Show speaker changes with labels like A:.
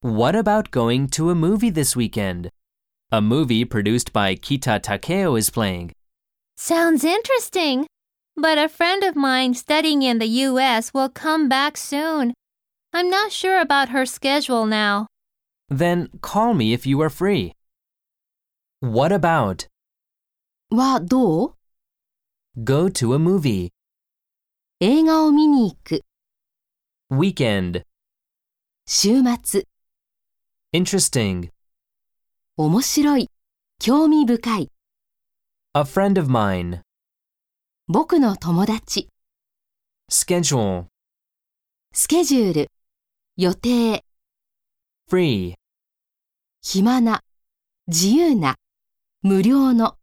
A: What about going to a movie this weekend? A movie produced by Kita Takeo is playing.
B: Sounds interesting. But a friend of mine studying in the US will come back soon. I'm not sure about her schedule now.
A: Then call me if you are free. What about
C: はどう
A: go to a movie
C: 映画を見に行く。
A: weekend?
C: 週末。
A: Interesting.
C: 面白い。興味深い。
A: A friend of mine.
C: 僕の友達。
A: Schedule.
C: スケジュール。予定。
A: Free.
C: 暇な。自由な。無料の。